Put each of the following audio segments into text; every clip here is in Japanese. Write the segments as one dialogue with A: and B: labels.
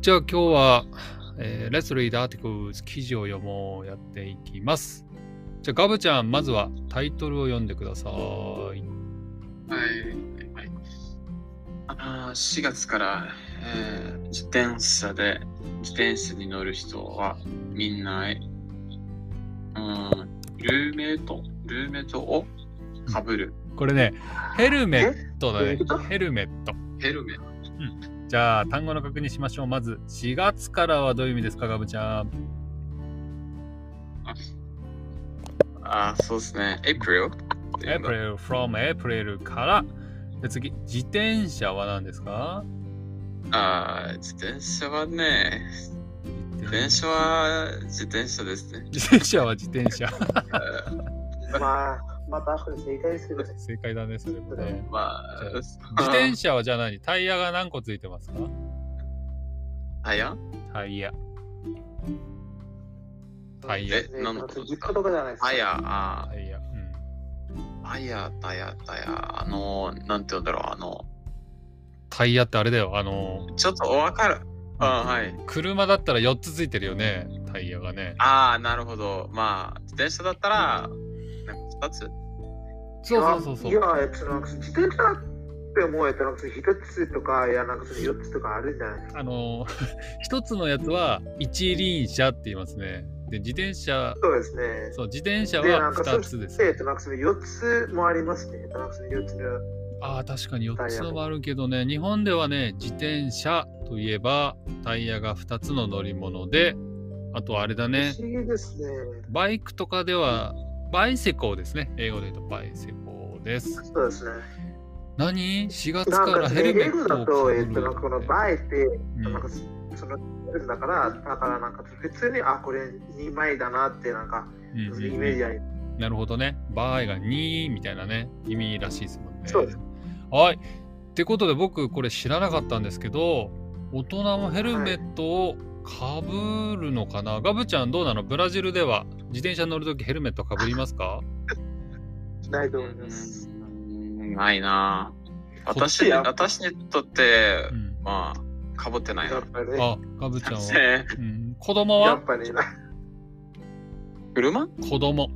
A: じゃあ今日は、えー Let's read articles 記事を読もうやっていきます。じゃあガブちゃん、まずはタイトルを読んでください。
B: はい、はい。あー4月から、えー自転車で、自転車に乗る人はみんな、うん、ルーメイト、ルーメイトをかぶる。
A: これね、ヘルメットだね
B: えどういうこと。
A: ヘルメット。
B: ヘルメット。
A: じゃあ単語の確認しましょう。まず4月からはどういう意味ですか、ガブちゃん。
B: あーそうですね。エプリルっていうの
A: April from April から。で次、自転車は何ですか
B: あー自転車はね、
A: 自
B: 自転車は自転車ですね。
A: 自転車は自転車。
B: あー
C: まあ、また後で正解ですけど、
A: 正解だね、それもね。
B: まあ、
A: じ自
B: 車
A: 転車はじゃあ何タイヤが何個ついてますか
B: あいや
A: タイヤ。タイヤ。
B: え何のことです
C: 10
B: か
C: 個とかじゃないですか。
B: あや、あー
A: タイヤ。うん。
B: あやたやたや、あの、なんて言うんだろう、あの、
A: タイヤってあれだよ。あの、
B: ちょっとわかる。あはい。
A: 車だったら4つついてるよね。タイヤがね。
B: ああ、なるほど。まあ、自転車だったら、なんか2つ
A: そうそうそうそう。
C: いや、えっと、なんか自転車ってもう、えっと、なんか一つとか、いや、なんかその4つとかあるんじゃないですか。
A: あの ー一つのやつは一輪車って言いますね。で自転車
C: そうですね。
A: そう自転車
C: で、
A: は
C: なんか
A: 2
C: そ
A: つで
C: し
A: す
C: て、えっと、なんかその4つもありますね。えっと、なんかその4つの。
A: ああ確かに4つのもあるけどね日本ではね自転車といえばタイヤが2つの乗り物であとあれだね
C: 不思議ですね。
A: バイクとかではバイセコーですね英語で言うとバイセコーです
C: そうですね。
A: 何 ?4 月
C: な
A: か
C: ん
A: ら
C: か
A: ヘ
C: ね、
A: ルメ
C: 英
A: ッ
C: 語
A: トを
C: だ
A: か
C: と、
A: ぶ
C: え
A: る
C: っと、なんかこの
A: イ
C: バイって、
A: う
C: なん
A: ん
C: かその、だから、だからなんか普通に、あ、これ2枚だなって、なんか、
A: うん
C: そうのイ
A: ん
C: メージあります
A: なるほどね。場合が2みたいなね、意味らしいですもんね。
C: そうです
A: はい。ってことで僕これ知らなかったんですけど、大人もヘルメットをかぶるのかな、ガブちゃんどうなのブラジルでは自転車乗るときヘルメットかぶりますか
C: ないと思います。
B: うんないなぁ。
A: こっ
B: 私
C: ち
B: に、
C: や
B: 私にとって
A: う、ん。
B: まあ、かぶってないな
C: やっ。ぱね、
A: あ、ガブちゃんは。
B: えー
A: うん、子供
C: や
A: は
C: っぱね、
B: 車
A: 子供。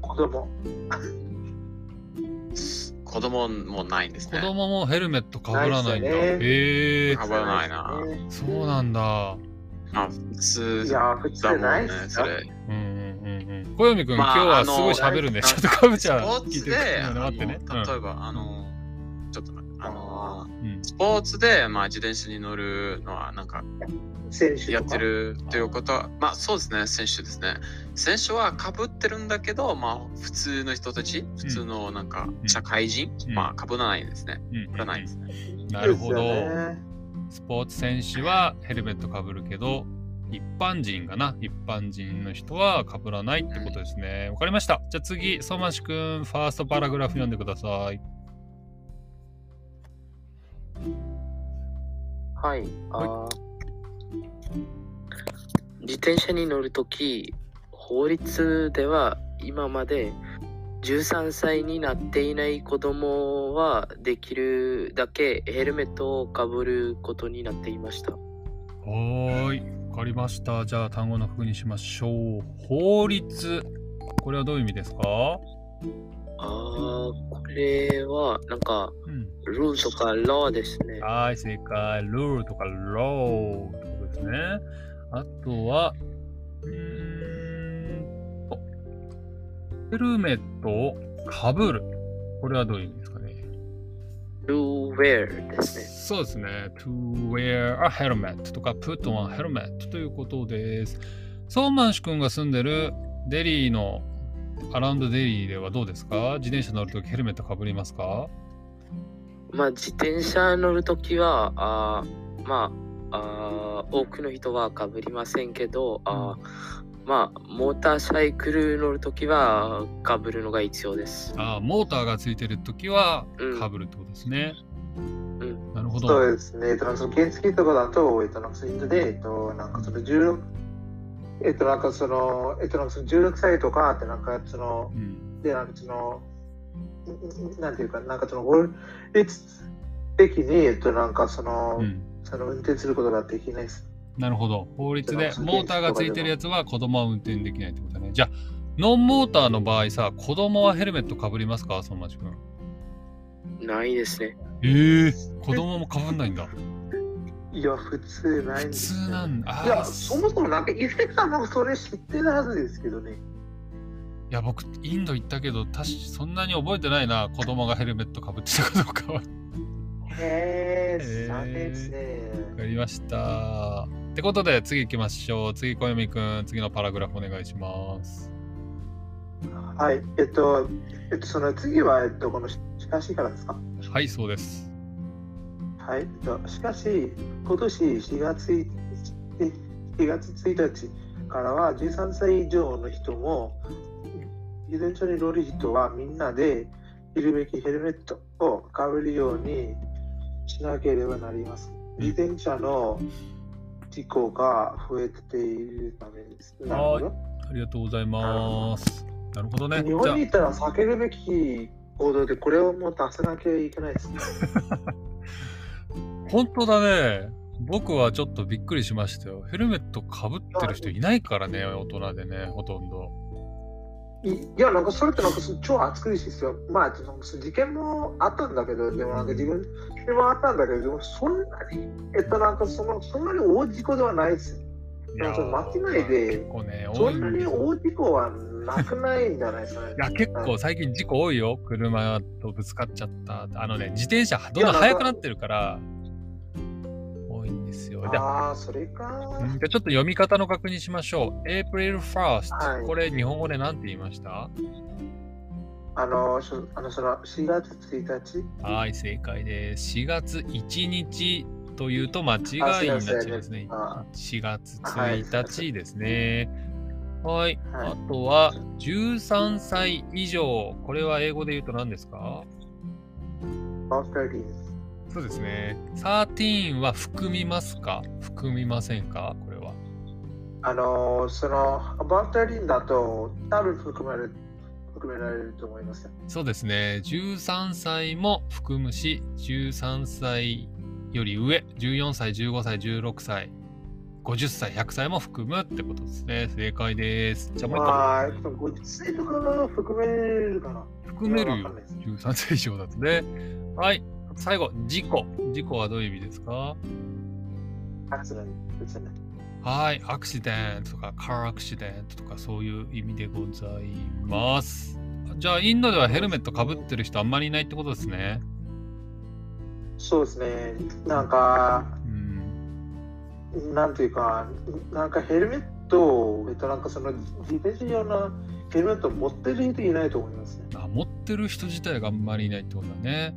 C: 子供。
B: 子供もないんです
A: 子
B: ね。
A: 供もヘルメットかぶらないんだ。
C: ないっすよね
A: へえ
B: かぶらないな
C: そうですね
A: そうなんだ。
B: あ普通
C: い
B: だ
C: や、普
B: も
C: 通
B: ん
C: ないっ
B: ね、
C: す
B: そ
C: か
B: れ。
A: うんうんうんうん。小読くん、
B: まあ
A: 今日はすごい
C: あの
A: 喋るね。ちょっとガブ
B: ス
A: ち
B: ポ
A: ゃん
B: ー
A: 聞い
B: ツ
A: てる
B: で、
A: の
B: あ
A: ね
B: の
A: 待って
B: 例え
A: ね。うん
B: ば、あの、ちょっとな、あの、
A: うん
B: スポーツで、まあ、自転車に乗るのは、なんか、
C: 選手とか
B: やって。るということは、まあそうですね、選手ですね。選手はかぶってるんだけど、まあ普通の人たち、普通のなんか
A: うん
B: 社会人、
A: うん
B: まあかぶらないですね。
A: うんうん
B: 被らないですね。
A: なるほど、
C: そうですよね
A: スポーツ選手はヘルメットかぶるけど一般人がな一般人の人はかぶらないってことですねわかりましたじゃあ次相馬市くんファーストパラグラフ読んでください
D: はい。あー自転車に乗るとき、法律では今まで13歳になっていない子供はできるだけヘルメットをかぶることになっていました。
A: はーいわかりましたじゃあ単語の確認しましょう法律これはどういう意味ですか
D: ああ、これはなんか
A: うん
D: ルールとかローですね。
A: はい、正解。ルールとかローってことですね。あとは、うーんと、ヘルメットをかぶる。これはどういう意味ですかね。
D: to wear ですね。
A: そうですね。to wear a helmet とか put on a helmet ということです。ソーマンシュ君が住んでるデリーのアラウンドデリーではどうですか自転車乗るときヘルメットかぶりますか
D: まあ、自転車乗るときは、あーまあ、あー多くの人はかぶりませんけど、あーまあ、モーターサイクル乗るときはかぶるのが必要です。
A: あーモーターがついてるときは
D: うん
A: かぶるってことですね。
D: ん
A: なるほど。
C: そうですね。えっと、なんかその原付とかだと、えっと、なんかそのインドで、えっと、なんかその16、えっと、なんかその、えっと、なんかその16歳とかって、なんかその、
A: うん
C: で、なんかその、んんなんていうか、なんかその、法律的に、えっと、なんかその、
A: うん
C: その運転することができないです。
A: なるほど。法律で
C: だから
A: モーターがついてるやつは子供は運転できないってことね。じゃあ、ノンモーターの場合さ、子供はヘルメットかぶりますか、そんまちくん。
D: ないですね。
A: ええ子供もかぶんないんだ。
C: いや、普通ない
A: 普
C: んですよ
A: 通なんだ。あー
C: いや、そもそもなんか、伊勢さんもそれ知ってるはずですけどね。
A: いや僕インド行ったけど確かそんなに覚えてないな子供がヘルメットかぶってたかどうかはへ
C: へ
A: ー
C: え、残念ですね
A: 分。かりましたってことで次行きましょう次小泉くん次のパラグラフお願いします
C: はい、えっと、えっと、その次は、えっと、このしかしからですか。
A: はいそうです
C: はい、えっと、しかし、今年4月い4月1日からは13歳以上の人も、自転車に乗る人はみんなで、着るべきヘルメットをかぶるようにしなければなります。
A: うん
C: 自転車の事故が増えているためです。なるほど。
A: ありがとうございますなるほどね
C: 日
A: じゃ
C: 本にいたら避けるべき行動でこれをもう出さなきゃいけないですね。
A: あ本当だね僕はちょっとびっくりしましたよヘルメットかぶってる人いないからね大人でねほとんど
C: いいや、なんかそれってなんかそ超熱苦しいですよ。まあ、ちょっとなんかその事件もあったんだけど、でもなんか自分でもあったんだけど、でもそんなに、えっとなんかそのそんなに大事故ではないです。
A: い
C: なんかその
A: ー
C: 間違いで
A: 結構ね
C: そ
A: 多い
C: んなん
A: で
C: に
A: すよ
C: 大事故はなくないんじゃないですか
A: い。
C: ね
A: や結構最近事故多いよ車とぶつかっちゃったあのね自転車どんどん
C: いやなん
A: 速
C: か
A: くなってるから多いんですよじゃあ
C: ああ、それか
A: うん。じゃあちょっと読み方の確認しましょう April 1st、
C: はい
A: これ日本語で何て言いました
C: あの、そあのその4月1日。
A: はい正解です4月1日というと間違いになっちゃいますね
C: あ
A: 4月
C: はい
A: 1日ですねはい、
C: はい
A: あとは13歳以上これは英語で言うと何ですか
C: バースデーです。
A: そうですね。13は含みますか含みませんかこれは。
C: あのそのバースデーだと多分含まれる含められると思いますよ。
A: そうですね。13歳も含むし、13歳より上、14歳、15歳、16歳、50歳、100歳も含むってことですね。正解です。じゃあもう一個。
C: まあ、50歳とかは含めるかな。
A: 含める
C: わ
A: よ
C: かんないです。
A: 13歳以上だとね。はい。最後、事故。事故はどういう意味ですか
C: アクセラに移らない
A: はい、アクシデントとか、カーアクシデントとか、そういう意味でございます。じゃあ、インドではヘルメットかぶってる人あんまりいないってことですね。
C: そうですね。なんか、
A: うん。
C: なんていうか、なんかヘルメットを、えっと、なんかその自転車用のヘルメットを持ってる人いないと思いますね。
A: あ、持ってる人自体があんまりいないってことだね。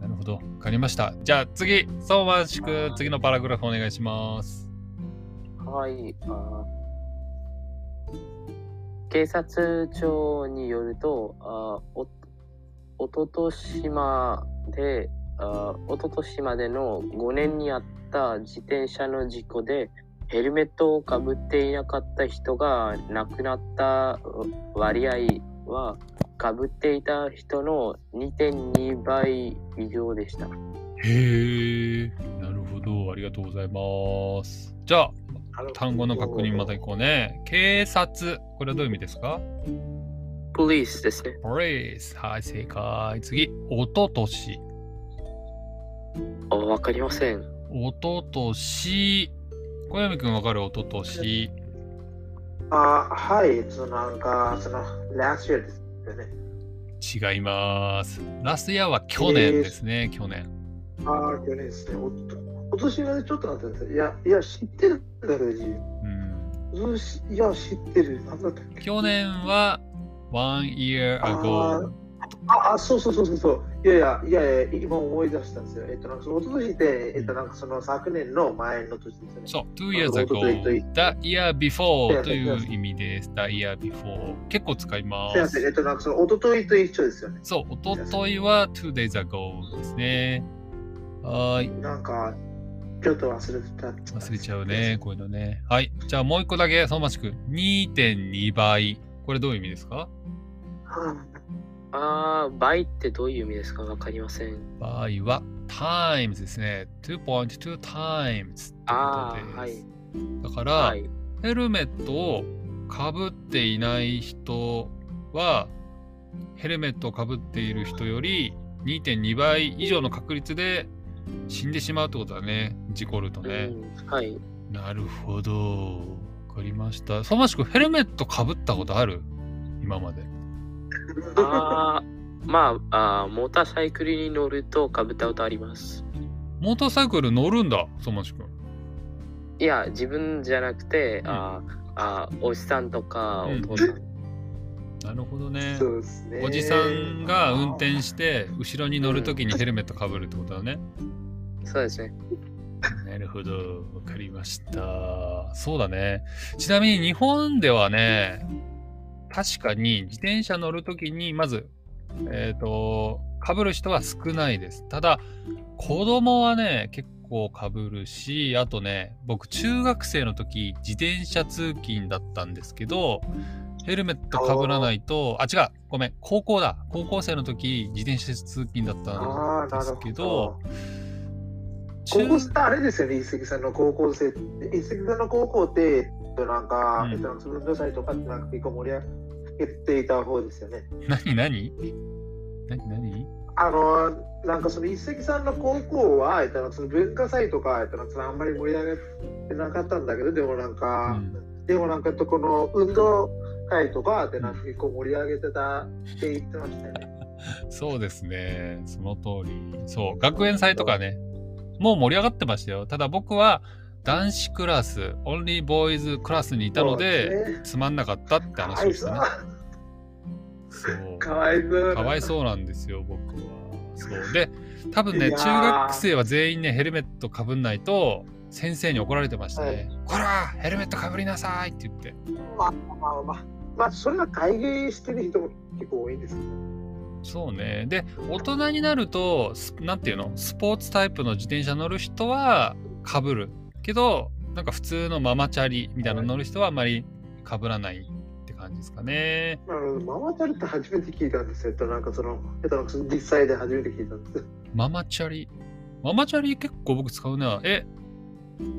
A: なるほど。わかりました。じゃあ、次、相馬しく、次のパラグラフお願いします。
D: はい。あー警察庁によると、あーおおととしまで、あーおととしまでの5年にあった自転車の事故で、ヘルメットをかぶっていなかった人が亡くなった割合は、かぶっていた人の2.2倍以上でした。
A: へえ。なるほど。ありがとうございます。じゃあ、単語の確認また行こうね。警察。これはどういう意味ですか
D: ポリスですね。
A: プレイス。はい、正解。次、おととし。
D: あわかりません。
A: おととし。小泉くんわかるおととし。
C: あはい、そのなんか、その、last year ですよね。
A: 違います。ラストイヤーは去年ですね、去年。
C: ああ、去年ですね。おっと今年はちょっとなったんですよいや、いや、知ってるんだけど、自
A: うん。
C: 分うんしいや、知ってる。なんだったっけ
A: 去年は、one year
C: あ
A: ago。
C: ああ、そうそうそうそうそう。いやいや、いやいや、今思い出したんですよ。えっと、なんかその、おととしで、えっと、なんかその昨年の前の年ですよね。
A: そう、two years
C: おとといと
A: ago
C: い。
A: the year before
C: や
A: という意味です。the year before。結構使います
C: いません、え
A: す。
C: っと、なんかその、おとといと一緒ですよね。
A: そう、おとといは two days ago ですね。はーい。
C: なんか、ちょっと忘れてた。
A: 忘れちゃうね、。こういうのね。はい。じゃあもう一個だけ、相馬市くん。2.2倍。これどういう意味ですか
C: はい
D: あー、倍ってどういう意味ですかわかりません。
A: 倍は times ですね。2.2 times ってことです。
D: あー、はい。
A: だから、
D: はい。
A: ヘルメットをかぶっていない人は、ヘルメットをかぶっている人より2.2倍以上の確率で死んでしまうってことだね、事故ると
D: う
A: ね。
D: ん、はい。
A: なるほど。わかりました。そましくヘルメットかぶったことある今まで。
D: あーまああー、モーターサイクルに乗るとかぶったことあります。
A: モーターサイクル乗るんだ、そましくん。
D: いや、自分じゃなくて、
A: うん
D: あーあーおじさんとか
A: う
D: お
A: ん
D: 父さん。
A: なるほどね。
C: そうですね。
A: おじさんが運転して、後ろに乗るときにヘルメットかぶるってことだね。
D: そうですね。
A: なるほど、わかりました。そうだね。ちなみに日本ではね、確かに自転車乗るときに、まず、えっ、と、かぶる人は少ないです。ただ、子供はね、結構かぶるし、あとね、僕、中学生の時、自転車通勤だったんですけど、ヘルメットかぶらないと、あ、違う、ごめん、高校だ。高校生の時、自転車通勤だったんですけど
C: あ、高校
A: 中
C: 生あれですよね、一石さんの高校生。一石さんの高校って、えっとなんか、
A: うん
C: えっと運動祭とかってなんか結構盛り上げていた方ですよね。
A: 何何何何
C: あのなんかその一石さんの高校は、えっとその文化祭とか、えっとそのあんまり盛り上げてなかったんだけど、でもなん
A: う
C: か、
A: ん
C: でもなんかとこの運動会とかってなんか結構盛り上げてたって言ってましたよね。
A: そうですね。その通り。そう。学園祭とかね。もう盛り上がってましたよ。ただ僕は男子クラス、オンリーボーイズクラスにいたので、
C: そうすね、
A: つまんなかったって
C: か
A: 話を
C: わい
A: し
C: そ
A: た
C: う
A: ね。。そう。
C: かわいそう。
A: かわい
C: そ
A: そうなんですよ、僕は。そう。で、多分ね、
C: いやー
A: 中学生は全員ね、ヘルメットかぶんないと、先生に怒られてましたね。こらヘルメットかぶりなさいって言って。
C: う。まあまあ、まあ、それは会議してる人も結構多いんですけど。
A: そうね。で、大人になると、スなんていうのスポーツタイプの自転車乗る人は被る。けど、なんか普通のママチャリみたいなの乗る人はあまり被らないって感じですかね。
C: なるほど、ママチャリって初めて聞いたんですよ。えっと、なんかその、えっと、なんかその実際で初めて聞いたんです。
A: ママチャリ。ママチャリ結構僕使うな。え、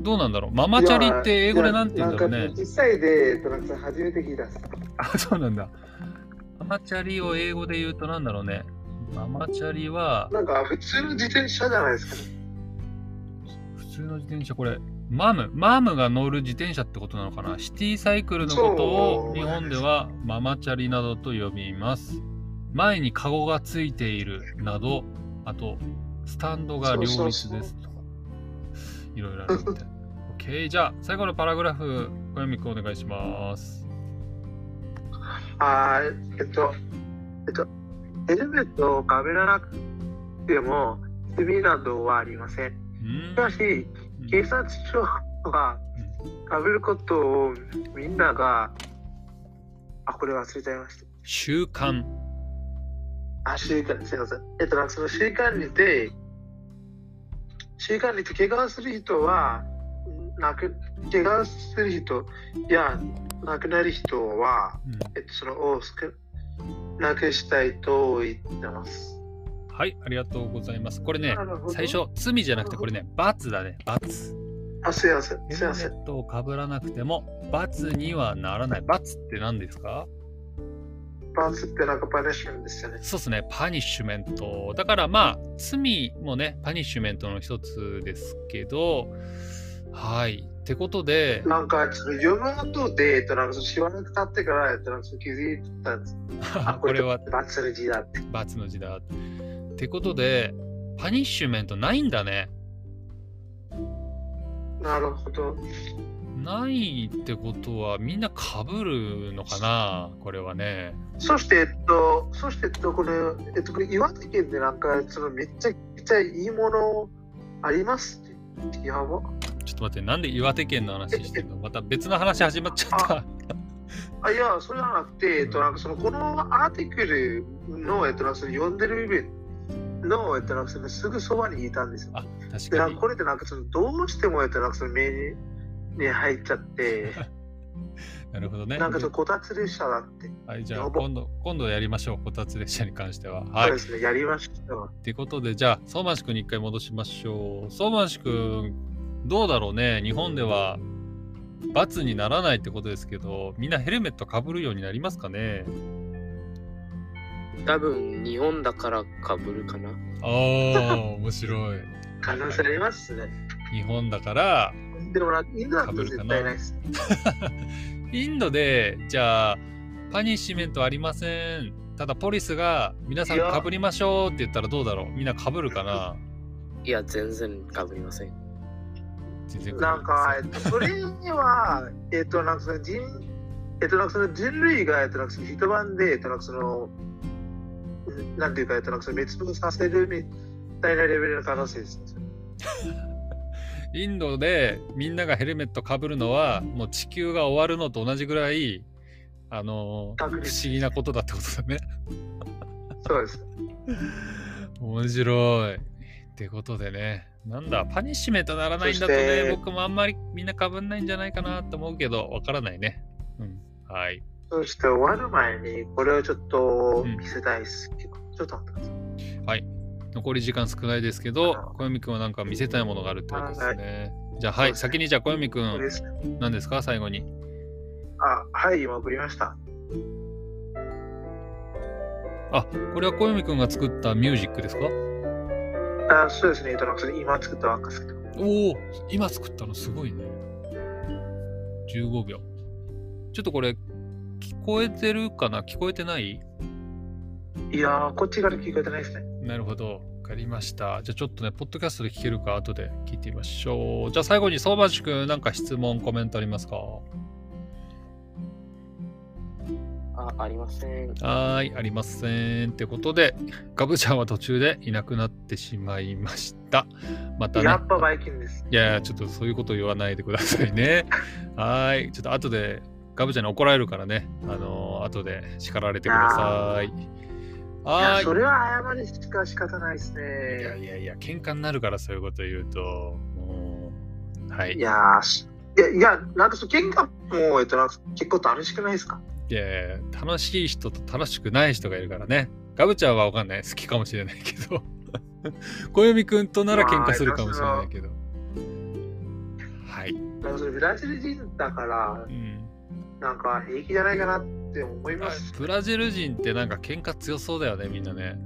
A: どうなんだろうママチャリって英語でなんて言うんだろう
C: いや
A: ね
C: なん。か実際で、えっと、なんかその初めて聞いたんです。
A: あ、そうなんだ。ママチャリを英語で言うとなんだろうね。ママチャリは、
C: なんか普通の自転車じゃないですか、ね。
A: 普通の自転車これマムマムが乗る自転車ってことなのかなシティサイクルのこと
C: そ
A: を
C: う
A: 日本ではママチャリなどと呼びます前にカゴがついているなどあとスタンドが両立です
C: そうそう
A: とかいろいろあるみたい OK じゃあ最後のパラグラフ小読みくんお願いします
C: あーえっと、えっと、ヘルメットをかぶらなくても、罪などはありません。
A: うーん
C: しかし、警察署はかぶることをみんなが、あ、これ忘れちゃいました。
A: 習慣
C: あ、習慣、すいません。えっと、なんかその習慣にて、習慣にて怪我をする人は、なく、怪我をする人や、亡くなる人は、
A: うん
C: えっと、その、を少なくしたいと言ってます。
A: はいありがとうございますこれね
C: なるほど
A: 最初罪じゃなくてこれね罰だね罰
C: あ、すいません、
A: ヘ
C: すい
A: ルメ
C: ません。
A: ットをかぶらなくても罰にはならない。罰って何ですか
C: パンツってなんかパネッションですよね。
A: そうですね、パニッシュメント。だからまあ、罪もね、パニッシュメントの一つですけど、はい。ってことで、
C: なんか、ちょっと読む後で、えっと、なんかそのしばらく経ってから、えっと、なんかその気づいたんです。
A: これは
C: バツの字だって。
A: 罰の字だ。ってことで、パニッシュメントないんだね。
C: なるほど。
A: ないってことは、みんなかぶるのかなこれはね。
C: そして、えっと、そして、えっと、これ、えっと、これ岩手県でなんか、そのめっちゃくちゃいいものありますって。やば。
A: ちょっと待って、なんで岩手県の話してんのまた別の話始まっちゃった。
C: あ、いや、それじゃなくて、えっと、なんか、その、このアーティクルの、えっと、なんか、その、読んでる部分の、えっと、なんか、その、すぐそばにいたんですよ。
A: あ、確
C: で、
A: か
C: な
A: に
C: んか、。これって、なんか、その、どうしても、えっと、なんか、その、目に、に入っち ゃって、
A: なるほどね。
C: なんか、ちょっと、こたつ列車だって。
A: はい、じゃあ
C: やば
A: 今度、今度やりましょう、こたつ列車に関しては。
C: そ
A: は
C: う
A: い。
C: ですね、やりましたわ。
A: ってことで、じゃあ、相馬市君に一回戻しましょう。相馬市君、どうだろうね、日本では罰にならないってことですけど、みんなヘルメットかぶるようになりますかね
D: 多分日本だからかぶるかな。
A: ああ、 面白い。
C: 可能性ありますね。
A: 日本だから、
C: でもな、インドだと絶対ないです。
A: インドで、じゃあ、パニッシュメントありません。ただ、ポリスが、皆さん
C: いや
A: かぶりましょうって言ったらどうだろうみんなかぶるかない
D: や、全然かぶりません。
A: 全然被る
C: なんか、えっと、それには、 えっと、なんかその人、えっと、なんかその人類が、えっと、なんかその一晩で、えっと、なんかその、うんなんていうか、えっと、なんかその滅亡させるみたいなレベルの可能性ですね。
A: インドでみんながヘルメットかぶるのはもう地球が終わるのと同じぐらいあのー
C: 確
A: 不
C: 率
A: 思議なことだってことだね
C: そうです。
A: 面白いってことでねなんだパニッシュメントならないんだと
C: そし
A: ね
C: て
A: 僕もあんまりみんなかぶんないんじゃないかなと思うけどわからないねうんはい
C: そして終わる前に、これをちょっと
A: うん
C: 見せたいですけど、ちょっと待ってください。
A: 残り時間少ないですけど小泉くんはなんか見せたいものがあるってことですねじゃあは
C: そう
A: い
C: ですね
A: 先にじゃあ小泉く
C: これで
A: ん
C: すね
A: 何ですか最後に
C: あ、はい、今送りました。
A: あこれは小泉くんが作ったミュージックですか
C: あそうですね、えっと、なんかその今作ったワークスけど。
A: おお今作ったのすごいね15秒ちょっとこれ聞こえてるかな聞こえてない
C: いやー、こっちから聞こえてないですね。
A: なるほどわかりましたじゃあちょっとねポッドキャストで聞けるか後で聞いてみましょうじゃあ最後に相馬市くんなんか質問コメントありますか
D: あ、ありません。
A: はーいありませんってことでガブちゃんは途中でいなくなってしまいましたまたね
C: やっぱバイキングです。
A: いやいや、ちょっとそういうこと言わないでくださいね。 はーい。ちょっと後で、ガブちゃんに怒られるからね。あのー後で叱られてください。
C: い
A: は
C: や、そ
A: ー
C: れは謝りしか仕方ないです
A: い。いや
C: ね。
A: いやいや、喧嘩になるからそういうこと言うと。もうはい。
C: い
A: いや
C: やーしいや、いや、なんかそう、喧嘩も、えっと、なんか結構楽しくないですか
A: いや楽しい人と楽しくない人がいるからね。ガブちゃんはわかんない。好きかもしれないけど。 小読くんとなら喧嘩するかもしれないけど。はい。
C: なんかそれブラジル人だから
A: う、ん
C: なんか平気じゃないかなって思い
A: あ
C: ます。
A: ブラジル人ってなんか喧嘩強そうだよね、みんなね。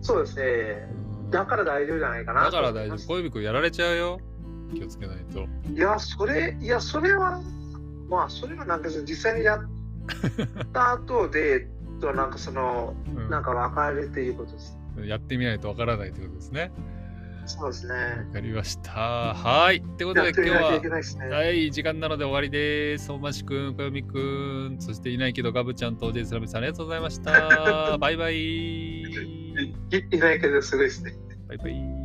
C: そうですね。
A: うん
C: だから大丈夫じゃないかな
A: だ
C: と
A: から
C: 思い
A: 大丈
C: ま
A: 夫。
C: す。
A: 小指くんやられちゃうよ。気をつけないと。
C: いや、それ、いや、それは、まあ、それはなんかその実際にやった後で、えっと、なんかその、
A: うん
C: なんか別れるっていうことです。
A: やってみないとわからないということですね。
C: そうです
A: わ
C: ね。
A: かりました。はい。ってこと
C: や
A: で
C: って
A: 今日
C: みないとい
A: は
C: け。ないですね。
A: はい、時間なので終わりです。相馬市くん、小読くん、そしていないけどガブちゃんと J スラムさんありがと うございました。バイバイ。
C: いいないけど、すごいですね。
A: バイバイ。